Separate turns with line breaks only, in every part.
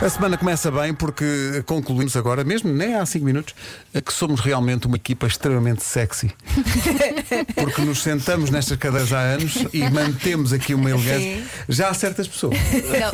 A semana começa bem porque concluímos agora, mesmo nem há 5 minutos, que somos realmente uma equipa extremamente sexy. Porque nos sentamos nestas cadeiras há anos e mantemos aqui uma elegância. Já há certas pessoas.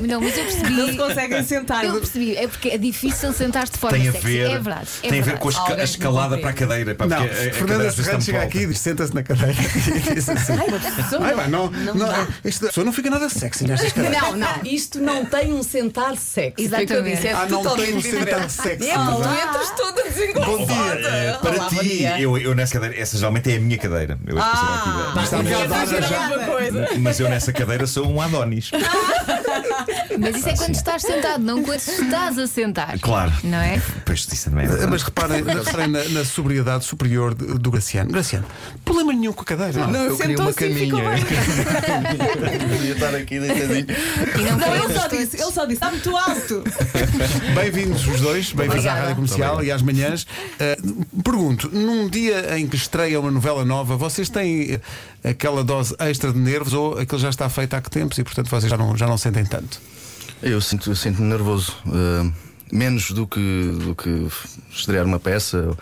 Não, não, mas eu
Não se
percebi.
conseguem sentar.
Eu percebi, é porque é difícil sentar-te de forma
Tem a
sexy.
ver,
É verdade. é
tem a ver
verdade.
com a, esca-
Alguém
a escalada
que
para a
não
cadeira. Pá,
Não,
porque a- a cadeira
Fernanda
às vezes
Serrano
está
chega
muito
aqui e diz: senta-se na cadeira. E diz assim. Ai, pá, não, não, isto, a pessoa não fica nada sexy nestas cadeiras.
Não, não. Isto não tem um sentar sexy.
Exatamente.
Foi o que eu disse, é
Ah, não
totalmente
tem um
diferente.
sentado sexy.
É,
não
tu
é?
entras toda
Bom dia, eh,
desengonçada.
para
Olá, bom
ti,
dia.
eu, eu nessa cadeira, essa geralmente é a minha cadeira. Eu é que considero
Ah,
aqui,
Está
mas-
melhor
Mas
dada
era
já.
uma coisa. Ah,
mas eu nessa cadeira sou um Adonis.
Mas isso é quando estás sentado, não quando estás a sentar.
Claro.
Não é?
Pois disse também. é verdade.
Ah, Mas reparem, reparem na, na sobriedade superior de- do Graciano. Graciano, problema nenhum com a cadeira. Não,
Não, eu queria uma
Sentou-se e ficou
caminha. Podia estar aqui deitadinho.
E não,
Não,
foi
ele só disse, ele só disse, está muito alto.
Bem-vindos os dois, bem-vindos à
Obrigada.
Rádio Comercial e às manhãs. Uh, pergunto, num dia em que estreia uma novela nova, vocês têm uh, aquela dose extra de nervos ou aquilo já está feito há que tempos e portanto vocês já não, já não sentem tanto?
Eu sinto, eu sinto-me nervoso. eh, menos do que, do que estrear uma peça.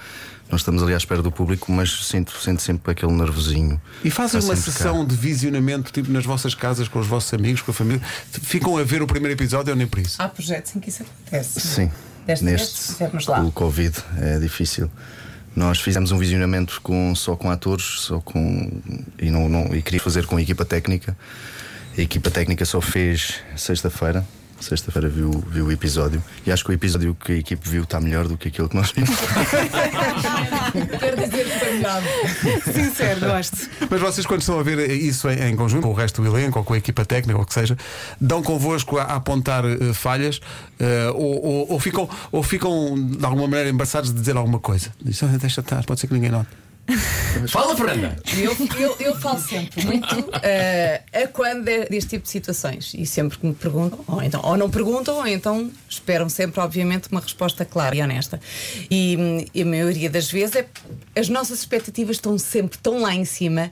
Nós estamos ali à espera do público, mas sinto, sinto sempre aquele nervosinho.
E fazem
Está
uma
sempre cá.
sessão de visionamento, tipo nas vossas casas, com os vossos amigos, com a família? Ficam a ver o primeiro episódio ou nem por isso?
Há projetos em que isso acontece.
Sim.
Desta vez fizemos lá.
o Covid é difícil. Nós fizemos um visionamento com, só com atores, só com e não, não e queria fazer com a equipa técnica. A equipa técnica só fez sexta-feira. Sexta-feira viu, viu o episódio e acho que o episódio que a equipe viu está melhor do que aquele que nós vimos.
Quero dizer que foi melhor. Sincero, gosto.
Mas vocês, quando estão a ver isso em, em conjunto com o resto do elenco ou com a equipa técnica ou o que seja, dão convosco a, a apontar eh, falhas eh, ou, ou- ou ficam, ou ficam de alguma maneira embaraçados de dizer alguma coisa? Dizem, "Ah, deixa estar, pode ser que ninguém note.
Fala, Fernanda!
Eu, eu, eu falo sempre muito eh, a quando de- deste tipo de situações. E sempre que me perguntam, ou, então, ou não perguntam, ou então esperam sempre, obviamente, uma resposta clara e honesta. E, hum, e a maioria das vezes é- as nossas expectativas estão sempre tão lá em cima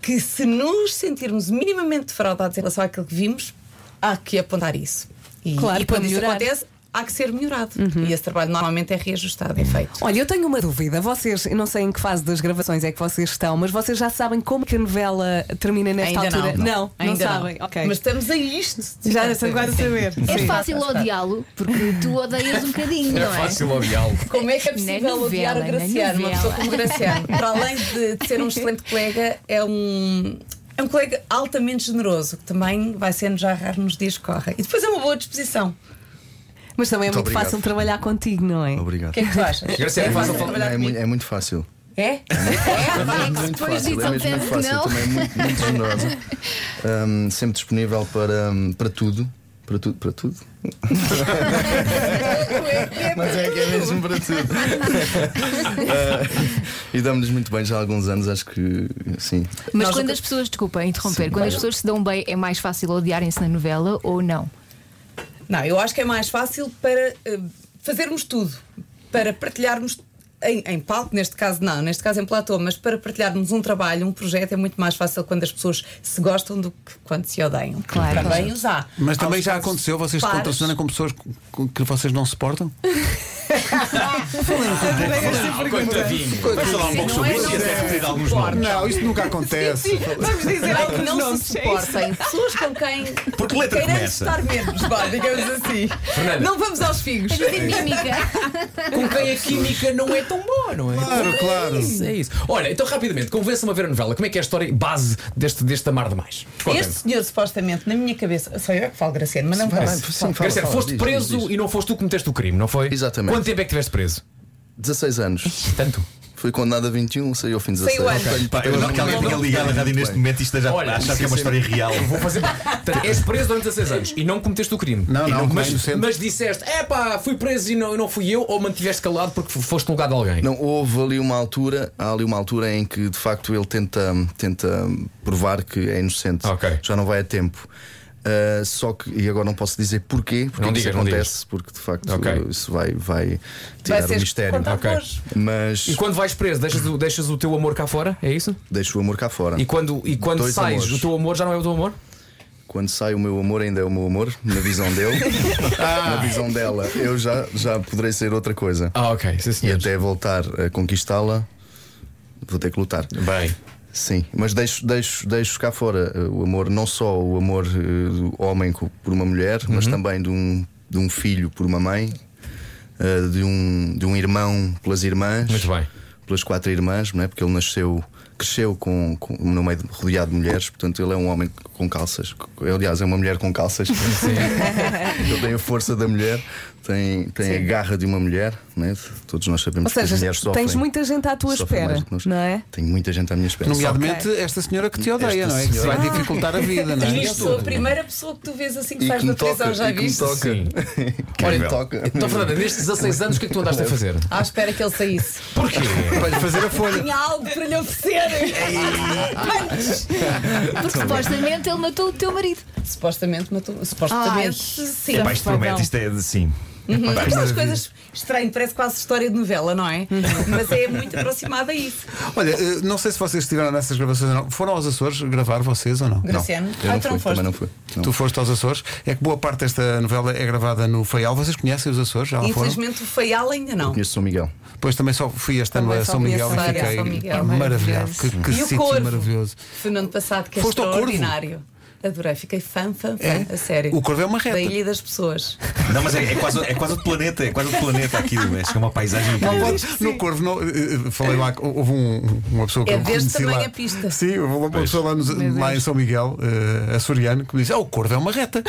que se nos sentirmos minimamente defraudados em relação àquilo que vimos, há que apontar isso. E,
Claro,
e quando
para
isso
melhorar. Uhum.
acontece, há que ser melhorado. E esse trabalho normalmente é reajustado, é feito.
Olha, eu tenho uma dúvida. Vocês, eu não sei em que fase das gravações é que vocês estão, mas vocês já sabem como que a novela termina nesta
Ainda
altura?
não.
não,
Ainda
sabem. Ok.
Mas estamos a isto.
já estão quase a saber.
É
Sim.
fácil odiá-lo, porque tu odeias um bocadinho, não é?
odiá-lo.
Como é que é
Na
possível
novela,
odiar o
na
Graciano? Uma
novela.
pessoa como o Graciano, para além de, de ser um excelente colega, é um. É um colega altamente generoso, que também vai sendo já raro nos dias que correm. E depois é uma boa disposição.
Mas também é
Muito
muito
obrigado.
fácil trabalhar contigo, não é?
O
Obrigado.
que é que tu achas?
Graciano, faz
fácil trabalhar
É,
comigo.
muito, é muito fácil.
É?
É que
Muito
depois
fácil,
disso ele
é mesmo muito
pensa que
fácil,
não.
também muito, muito generosa. Hum, sempre disponível para, hum, para tudo. Para tudo, para tudo. Mas é que é mesmo para tudo. Ah, e damos-nos muito bem já há alguns anos, acho que sim.
Mas
Nós
quando
nunca-
as pessoas, desculpa interromper,
Sim,
quando
vai.
as pessoas se dão bem, é mais fácil odiarem-se na novela ou não?
Não, eu acho que é mais fácil para eh, fazermos tudo, para partilharmos em, em palco, neste caso não, neste caso em platô, mas para partilharmos um trabalho, um projeto, é muito mais fácil quando as pessoas se gostam do que quando se odeiam.
Claro.
Também os há.
Mas também
Aos
já
casos
aconteceu, vocês se
pares.
contracionam com pessoas com- com que vocês não suportam?
Vamos falar um pouco sobre
é
isso e até repetir alguns nomes.
Não, isso nunca acontece.
Vamos dizer algo que não se suportem. Pessoas com quem
Por que letra
queiramos
começa?
estar menos, vá, digamos assim.
Fernanda.
Não vamos aos figos.
É
Mímica.
Com quem a química não é tão boa, não é?
Claro, claro.
É isso, é isso. Olha, então rapidamente, convença-me a ver a novela. Como é que é a história base deste, deste amar demais?
Este senhor, supostamente, na minha cabeça, sou eu é que falo Graciano, mas não
Vai,
parece.
sim, fala,
Garcia,
fala,
foste
diz,
preso
diz, diz.
e não foste tu que cometeste o crime, não foi?
Exatamente.
Quanto tempo é que estiveste preso?
16 anos.
Tanto.
Fui condenado a 21, saí ao fim de Então,
Saiu
16.
antes.
Tenho-
Pá, eu adoro que alguém tenha ligado a rádio neste momento e esteja
Olha,
a achar que é uma
sim, sim.
história real.
Vou fazer. Portanto, és preso durante 16 anos e não cometeste o crime.
Não,
E
não, bem
mas,
inocente.
mas disseste, é pá, fui preso e não, e não fui eu, ou mantiveste calado porque f- foste no lugar de alguém.
Não, houve ali uma altura, há ali uma altura em que de facto ele tenta, tenta provar que é inocente.
Ok.
Já não vai a tempo. Ah, só que, e agora não posso dizer porquê, porque
Não
isso
digas, não
acontece, porque de facto
Ok.
isso vai, vai tirar
Vai
o
ser
mistério.
contado
Ok.
hoje.
Mas
E quando vais preso, deixas o, deixas o teu amor cá fora? É isso?
deixo o amor cá fora.
E quando, e quando
Dois
sais,
amores.
o teu amor já não é o teu amor?
Quando sai o meu amor, ainda é o meu amor, na visão dele. Na visão dela, eu já, já poderei ser outra coisa.
Ah, ok, sim,
E
senhor.
até voltar a conquistá-la, vou ter que lutar.
Bem.
Sim, mas deixo, deixo, deixo cá fora eh, o amor, não só o amor eh, do homem co- por uma mulher,
Uhum.
mas também de um, de um filho por uma mãe, eh, de, um, de um irmão pelas irmãs,
Muito bem.
pelas quatro irmãs, não é? porque ele nasceu, cresceu com, com- no meio de- rodeado de mulheres, portanto ele é um homem com calças. Aliás, é uma mulher com calças. ele tem a força da mulher, tem, tem a garra de uma mulher, não é? todos nós sabemos
Ou
que as
seja,
mulheres sofrem.
tens muita gente à tua
sofrem mais
espera,
do que nós.
não é?
Tenho muita gente à minha espera. Só que-
Nomeadamente esta senhora que te odeia,
Esta
não é? Que se vai
senhora.
dificultar a vida, não é?
Eu sou a primeira pessoa que tu vês assim que
E
faz
que me
nutrição,
toca,
já
e que me
viste?
toca.
Sim.
Olha,
Incrível.
toca.
Então, Fernanda, nestes 16 anos, o que é que tu andaste a fazer?
À espera que ele saísse.
Porquê?
Para lhe fazer a folha.
Tinha algo para lhe oferecer.
Porque supostamente ele matou o teu marido.
Supostamente matou. Supostamente,
Ai,
sim.
Pá, isto promete, isto é de sim.
Uhum. Aquelas coisas estranhas, parece quase história de novela, não é? Mas é muito aproximada a isso.
Olha, eh, não sei se vocês estiveram nessas gravações ou não. Foram aos Açores gravar vocês ou não?
Não,
Graciano.
eu
Ah,
não
tu
fui,
não foste.
também não fui. Não.
Tu foste aos Açores. É que boa parte desta novela é gravada no Faial. Vocês conhecem os Açores? Já lá foram?
Infelizmente o Feial ainda não.
Conheço São Miguel.
Depois também só fui este ano
Também
a
só
São
fui a
Miguel e
São
fiquei
Miguel, São Miguel.
maravilhado. Que, que
E o
sítio
Corvo?
maravilhoso.
Fernando Passado, que é
Foste ao Corvo?
extraordinário. Adorei, fiquei fã, fã, fã,
É?
a sério.
O Corvo é Tá uma reta.
Da Ilha das Pessoas.
Não, mas é, é quase, é quase outro planeta, é quase outro planeta aquilo. Acho que é uma paisagem
Não
incrível.
podes- no Corvo, não, eh, eh, falei lá, que houve um- uma pessoa que
É
eu
deste
conheci
tamanho
lá.
a pista.
Sim, houve uma pessoa lá, nos- lá em São Miguel, eh, açoriano, que me disse: Ah, o Corvo é uma reta.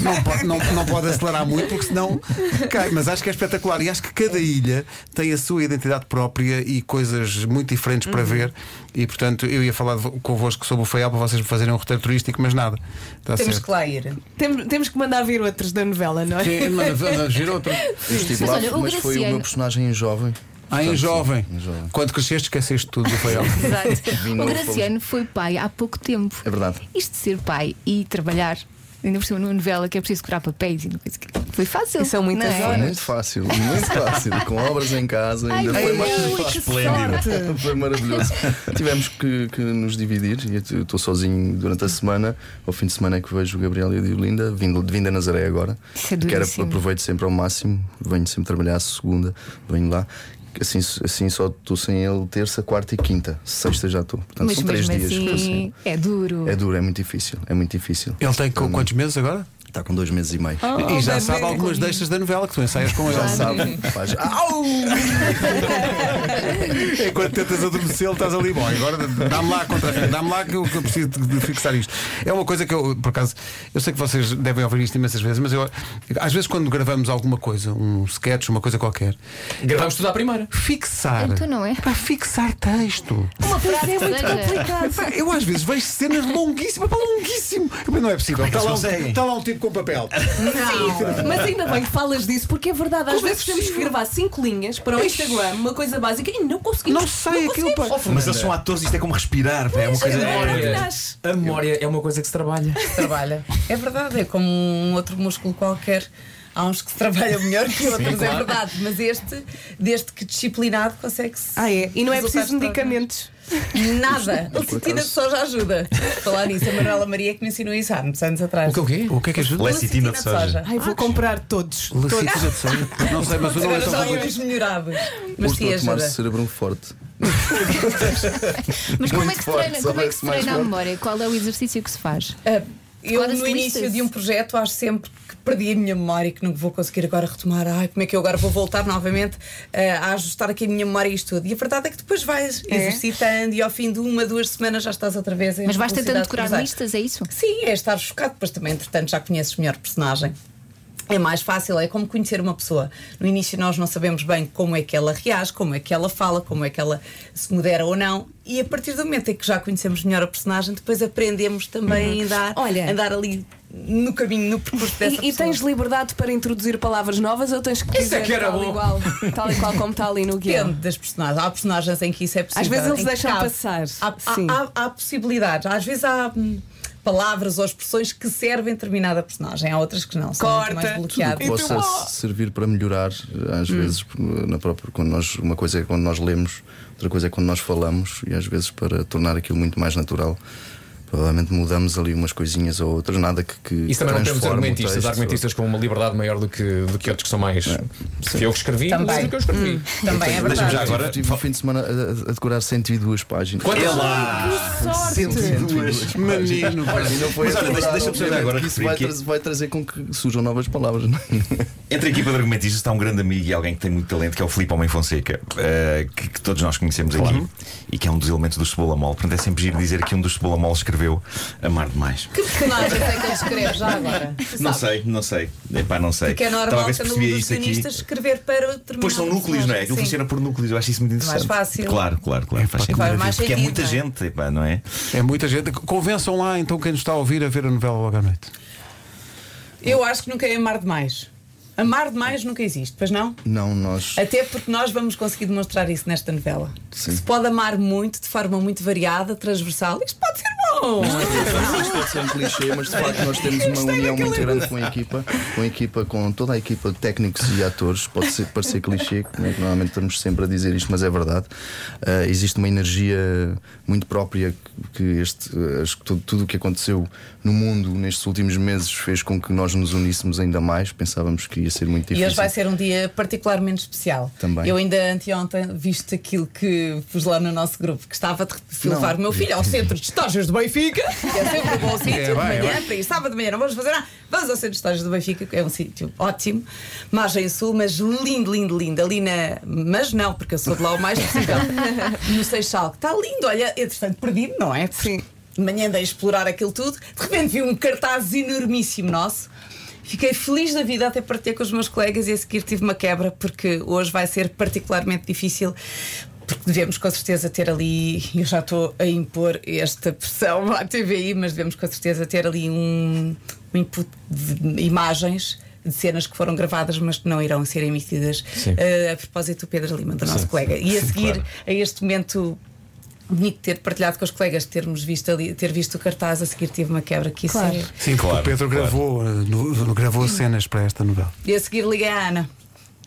não, pode, não, não pode acelerar muito, porque senão cai. Mas acho que é espetacular. E acho que cada ilha tem a sua identidade própria e coisas muito diferentes
Uhum.
para ver. E portanto, eu ia falar de- convosco sobre o Faial para vocês me fazerem um roteiro turístico, mas nada. Está
Temos
certo.
que lá ir.
Temos, temos que mandar vir outros da novela, não é?
Sim, manda- manda giro outro.
Eu estive
Mas
lá,
olha, o
mas foi o
Graciano-
meu personagem jovem.
Ah, em
Portanto,
jovem.
sim, em jovem.
Quando cresceste, esqueceste tudo do Faial.
Vim
Exato. O
novo,
Graciano foi pai há pouco tempo.
É verdade.
Isto de ser pai e trabalhar, ainda por cima numa novela que é preciso curar papéis e não coisa que. Foi fácil.
E são muitas
não é?
Foi
horas.
muito fácil, muito fácil. Com obras em casa,
Ai,
ainda
meu
foi,
Deus,
mar-
que
Esplêndido.
sorte.
foi maravilhoso. Tivemos que, que nos dividir. e Eu estou sozinho durante a semana. Ao fim de semana é que vejo o Gabriel e a Diolinda, vindo, vindo a Nazaré agora.
Isso é
Quero,
duríssimo.
aproveito sempre ao máximo. Venho sempre trabalhar à segunda, venho lá. Assim, assim só estou sem ele terça, quarta e quinta. Sexta já estou. Portanto,
Mas
são três
mesmo
dias. que eu
assim,
sei.
é duro.
É duro, é muito difícil. É muito difícil.
Ele tem com quantos meses agora?
Está Tá com dois meses e meio.
Oh,
e já sabe algumas deixas da novela que tu ensaias com ele.
Oh, Já Tá, sabe. Faz... ah, Au!
Enquanto tentas adormecê-lo, estás ali. Bom, agora dá-me lá a contra dá-me lá que eu, que eu preciso de, de fixar isto. É uma coisa que eu, por acaso, eu sei que vocês devem ouvir isto imensas vezes, mas eu às vezes quando gravamos alguma coisa, um sketch, uma coisa qualquer,
Gravámos tudo à primeira.
fixar.
Então não é?
Para fixar texto.
Uma frase é muito
Pá, Eu às vezes vejo cenas longuíssimas, pá, longuíssimo. Mas não é possível.
Como é que
Está lá,
eles
um,
conseguem?
está lá um tipo com papel.
Mas ainda bem que falas disso, porque é verdade, às
Como é
vezes temos que gravar cinco linhas para o Instagram, uma coisa básica, e não conseguimos.
Não sai aquilo, pá.
conseguimos.
Mas eles são atores, isto é como respirar, pá, é uma
A
coisa.
memória,
nasce.
a memória é uma coisa que se trabalha.
Trabalha. É verdade, é como um outro músculo qualquer. Há uns que se trabalham melhor que outros, é
claro.
verdade. Mas este, desde que disciplinado, consegue-se.
Ah, é? E não é
resultados
preciso medicamentos.
todos. Nada. A lecitina só já ajuda. Falar nisso, a Manuela Maria que me ensinou isso há muitos anos atrás.
O que o quê?
O que é que ajuda?
Lecitina de soja.
Ai, vou comprar todos.
Lecitina de sonho. Não sei, mas o nome é
Agora
tão
já há
complicado.
uns melhorados. Mas
Posto
sim
a tomar
ajuda.
cerebro forte.
Mas como é
Muito
que se
forte,
treina,
só
como é que se
parece mais
treina a
forte.
memória? Qual é o exercício que se faz?
Ah, Eu,
Declara-se
no início
listas.
de um projeto, acho sempre que perdi a minha memória e que não vou conseguir agora retomar. Ai, como é que eu agora vou voltar novamente ah, a ajustar aqui a minha memória e isto tudo? E a verdade é que depois vais exercitando e ao fim de uma, duas semanas já estás outra vez em
Mas vais tentando
velocidade de
decorar
cruzar.
listas, é isso?
Sim, é estar chocado, depois também, entretanto, já conheces melhor o personagem. É mais fácil, é como conhecer uma pessoa. No início nós não sabemos bem como é que ela reage, como é que ela fala, como é que ela se modera ou não. E a partir do momento em que já conhecemos melhor a personagem, depois aprendemos também a andar,
Uhum. Olha-
andar ali no caminho, no percurso dessa
E, e
pessoa.
tens liberdade para introduzir palavras novas ou tens que
Isso
dizer
é que era
tal,
bom.
Igual, tal e qual como está ali no
Depende
guião?
das personagens. Há personagens em que isso é possível.
Às vezes eles
em que
deixam
cabe.
passar,
Há, há-
sim.
há- há possibilidades. Às vezes há hum, palavras ou expressões que servem determinada personagem. Há outras que não. São muito mais
Corta.
Tudo
bloqueadas.
que possa servir para melhorar, às vezes, na própria, quando nós, uma coisa é quando nós lemos, outra coisa é quando nós falamos, e às vezes para tornar aquilo muito mais natural. Provavelmente mudamos ali umas coisinhas ou outras, nada que. que
Isso também é não temos
transforme o
argumentistas,
texto. É.
argumentistas com uma liberdade maior do que, do que outros que são mais. Fui eu que escrevi,
Também.
mas do que eu escrevi.
Também é
Deixa-me já
verdade.
agora. Tive um fim de semana a, a- a decorar 102 páginas.
É
Quantas-
Menino, pá.
Ainda foi
Mas olha, deixa-
acordado,
deixa-me só
obviamente,
agora
que Isso
referir
vai,
aqui-
trazer- vai trazer com que surjam novas palavras. não é?
Entre a equipa de argumentistas está um grande amigo e alguém que tem muito talento, que é o Filipe Homem Fonseca, eh, que, que todos nós conhecemos aqui e que é um dos elementos do Cebola Mol. Portanto, é sempre giro dizer que um dos Cebola Mol escreveu Amar Demais.
Que personagens é que ele escreve já agora? Tu
Não
sabes?
sei, não sei. Epá, não sei.
Porque é
Estava a
normal
ver se
quando um
percebia
dos
isto aqui.
guionistas escrever para determinado.
Pois são núcleos, não é?
personagem.
Aquilo
Sim. É
funciona por núcleos, eu acho isso muito interessante.
fácil.
Claro, claro, claro. faz sentido.
faz mais
Porque é
sentido,
muita
não é?
gente, epá, não é?
É muita gente. Convençam lá então quem nos está a ouvir a ver a novela logo à noite.
Eu acho que nunca é amar demais. Amar demais nunca existe, pois não?
Não, nós.
Até porque nós vamos conseguir demonstrar isso nesta novela. Que Se pode amar muito, de forma muito variada, transversal. Isto pode ser bom!
é?
Isto pode ser um clichê, mas de facto nós temos uma
Gostei
união
daquela
muito grande com a equipa, com a equipa, com toda a equipa de técnicos e atores. Pode ser, parecer clichê, né, que normalmente estamos sempre a dizer isto, mas é verdade. Ah, existe uma energia muito própria que este, eh, acho que tudo, tudo o que aconteceu no mundo nestes últimos meses fez com que nós nos uníssemos ainda mais. Pensávamos que ia ser muito
E
difícil.
hoje vai ser um dia particularmente especial.
Também.
Eu ainda anteontem, visto aquilo que pus lá no nosso grupo, que estava de levar o meu filho ao centro de estágios de Benfica, que é sempre um bom sítio de
vai, é
manhã, para ir sábado de manhã, não vamos fazer nada, vamos ao centro de estágios de Benfica, que é um sítio ótimo, margem sul, mas lindo, lindo, lindo, ali na. Mas não, porque eu sou de lá o mais possível, no Seixal, que está lindo, olha, entretanto perdido, não é?
Sim.
De manhã andei a explorar aquilo tudo, de repente vi um cartaz enormíssimo nosso. Fiquei feliz da vida até partilhar com os meus colegas e a seguir tive uma quebra, porque hoje vai ser particularmente difícil. Porque devemos com certeza ter ali, eu já estou a impor esta pressão à TVI, mas devemos com certeza ter ali um, um input de imagens de cenas que foram gravadas, mas que não irão ser emitidas. Eh, a propósito do Pedro Lima, do nosso colega. E a seguir a este momento bonito ter partilhado com os colegas, termos visto ali, ter visto o cartaz, a seguir tive uma quebra que isso
Claro.
é-
Sim,
Claro,
porque o Pedro
claro.
gravou, eh, no- gravou cenas para esta novela.
E a seguir liguei à Ana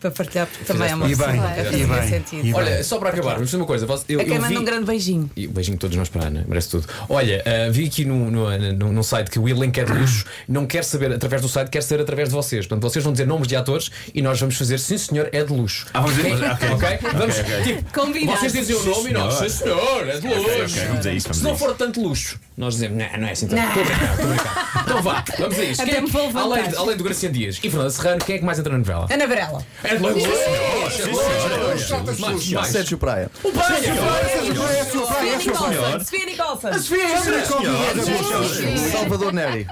para partilhar porque também a uma
E bem,
pessoa.
e
Fazia
bem,
sentido.
e bem.
Olha, só para acabar, vamos dizer uma coisa. você- Eu,
A quem
eu
manda
vi...
um grande beijinho.
E beijinho todos nós para a Ana, merece tudo. Olha, ah, vi aqui num no, no- num site que o elenco é de luxo, não quer saber através do site, quer saber através de vocês. Portanto, vocês vão dizer nomes de atores e nós vamos fazer, sim senhor, é de luxo.
Ah, vamos dizer-
Ok?
ok.
Ok?
Ok,
Vamos,
ok.
tipo,
Combinado.
vocês dizem o
Sim,
nome e nós,
senhor.
sim senhor, é de luxo.
Ok, ok, vamos a isso, vamos
Se
a
não
isso.
for tanto luxo, nós dizemos, não, não é assim tanto. Estou a brincar, estou a brincar. Então vá, vamos a isto.
Até
Quem-
me vou levantar.
além, de- além do Graciano Dias e Fernanda Serrano, quem é que mais entra na novela?
Ana Varela.
É de luxo.
Sérgio Praia.
O banho!
Sofia Nicholson. Sofia Nicholson.
Salvador Neri.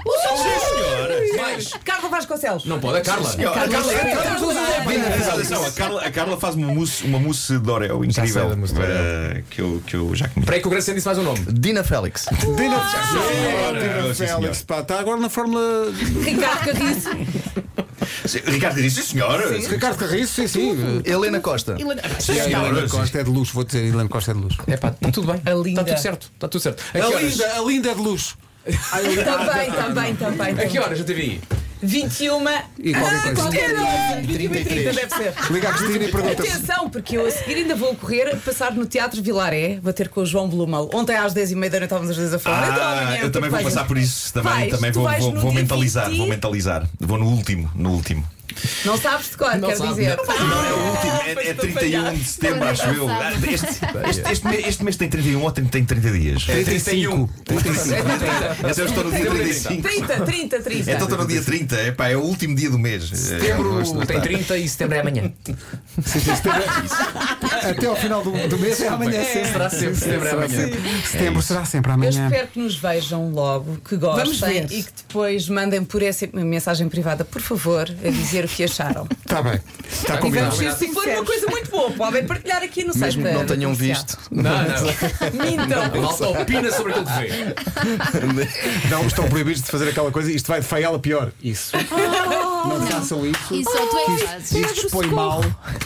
Mais!
Carla Vasconcelos.
Não pode, a Carla.
Carla Vasconcelos.
Atenção, a Carla, a Carla faz uma mousse, uma mousse de Oreo
sei
incrível
da mousse de
eh, que, eu, que eu já comi.
Espera aí que o Graciano disse mais um nome.
Dina Félix.
Dina é
Sim, senhor.
Félix, pá, está agora na Fórmula.
Ricardo Carriço.
Sim, Ricardo disse, sim, senhor.
Ricardo Carriço, sim, sim.
Helena Costa.
Helena Costa é de luxo, vou dizer, Helena Costa é de luxo.
É pá, está tudo bem.
A linda.
Está tudo certo. Está tudo certo. A que
A
horas?
linda, a linda é de luxo.
Também, também, também.
A que
também.
horas a TVI?
21.
E qualquer
Ah,
coisa.
qualquer hora. 21 e 30 deve ser.
Liga a Cristina e pergunta.
Atenção, porque eu a seguir ainda vou correr a passar no Teatro Vilaré, vou ter com o João Blumel. Ontem às 10h30 da noite estávamos às vezes a falar. então amanhã
Ah, eu também vou
vais-
passar por isso. Também,
Vais,
também
tu
vou,
vais
vou,
no
vou
dia
mentalizar,
20.
vou mentalizar. Vou no último, no último.
Não sabes de cor,
Não
quero
sabe.
dizer.
Não é o último, é,
Ah, pois
é
estou
31 de setembro, acho eu. Ah, Este, este- este mês, este mês tem 31 ou tem, tem 30 dias?
35.
35. Então É. eu estou no dia 35.
30, 30, 30.
Então estou no dia 30, é pá, é o último dia do mês. É, eu gosto de
Setembro tem
estar.
30 e setembro é amanhã.
Até ao final do, do mês é amanhã. sempre.
Será sempre setembro é
Será
amanhã.
sempre. Setembro será sempre
Eu
amanhã.
espero que nos vejam logo, que
Vamos
gostem
ver.
e que depois mandem por essa mensagem privada, por favor, a dizer o que acharam.
Está Tá bem. Está combinado.
Vamos ver se for uma coisa muito boa, podem partilhar aqui no site.
Mesmo que
da-
não
da
tenham
comercial.
visto.
Não, não. Então, A
Mintam.
malta opina sobre aquilo que vê.
Não estão proibidos de fazer aquela coisa. Isto vai de faiala pior. Isso. Não façam isso.
E só tu é que fazes.
Isto expõe mal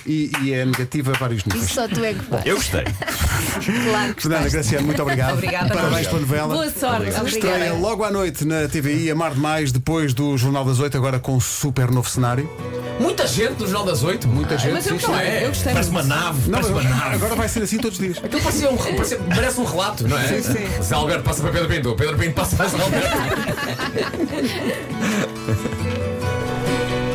e, e é negativo a vários
E
níveis.
só tu é que fazes.
Eu gostei.
Claro que
Fernanda Graciano, muito obrigado.
Obrigada.
Parabéns pela novela.
Boa sorte.
Estreia
Obrigada.
logo à noite na TVI, Amar Demais, depois do Jornal das Oito, agora com um super novo cenário.
Muita gente no Jornal das Oito.
Muita gente.
Mas eu,
sim,
não,
sim.
é?
eu gostei
Parece uma
muito.
nave,
Não,
parece uma
mas
nave.
agora vai ser assim todos os dias.
Aquilo parecia um, parecia- parece um relato, não é?
Sim, sim.
Se Alberto passa para Pedro Pinto, Pedro Pinto passa para Alberto.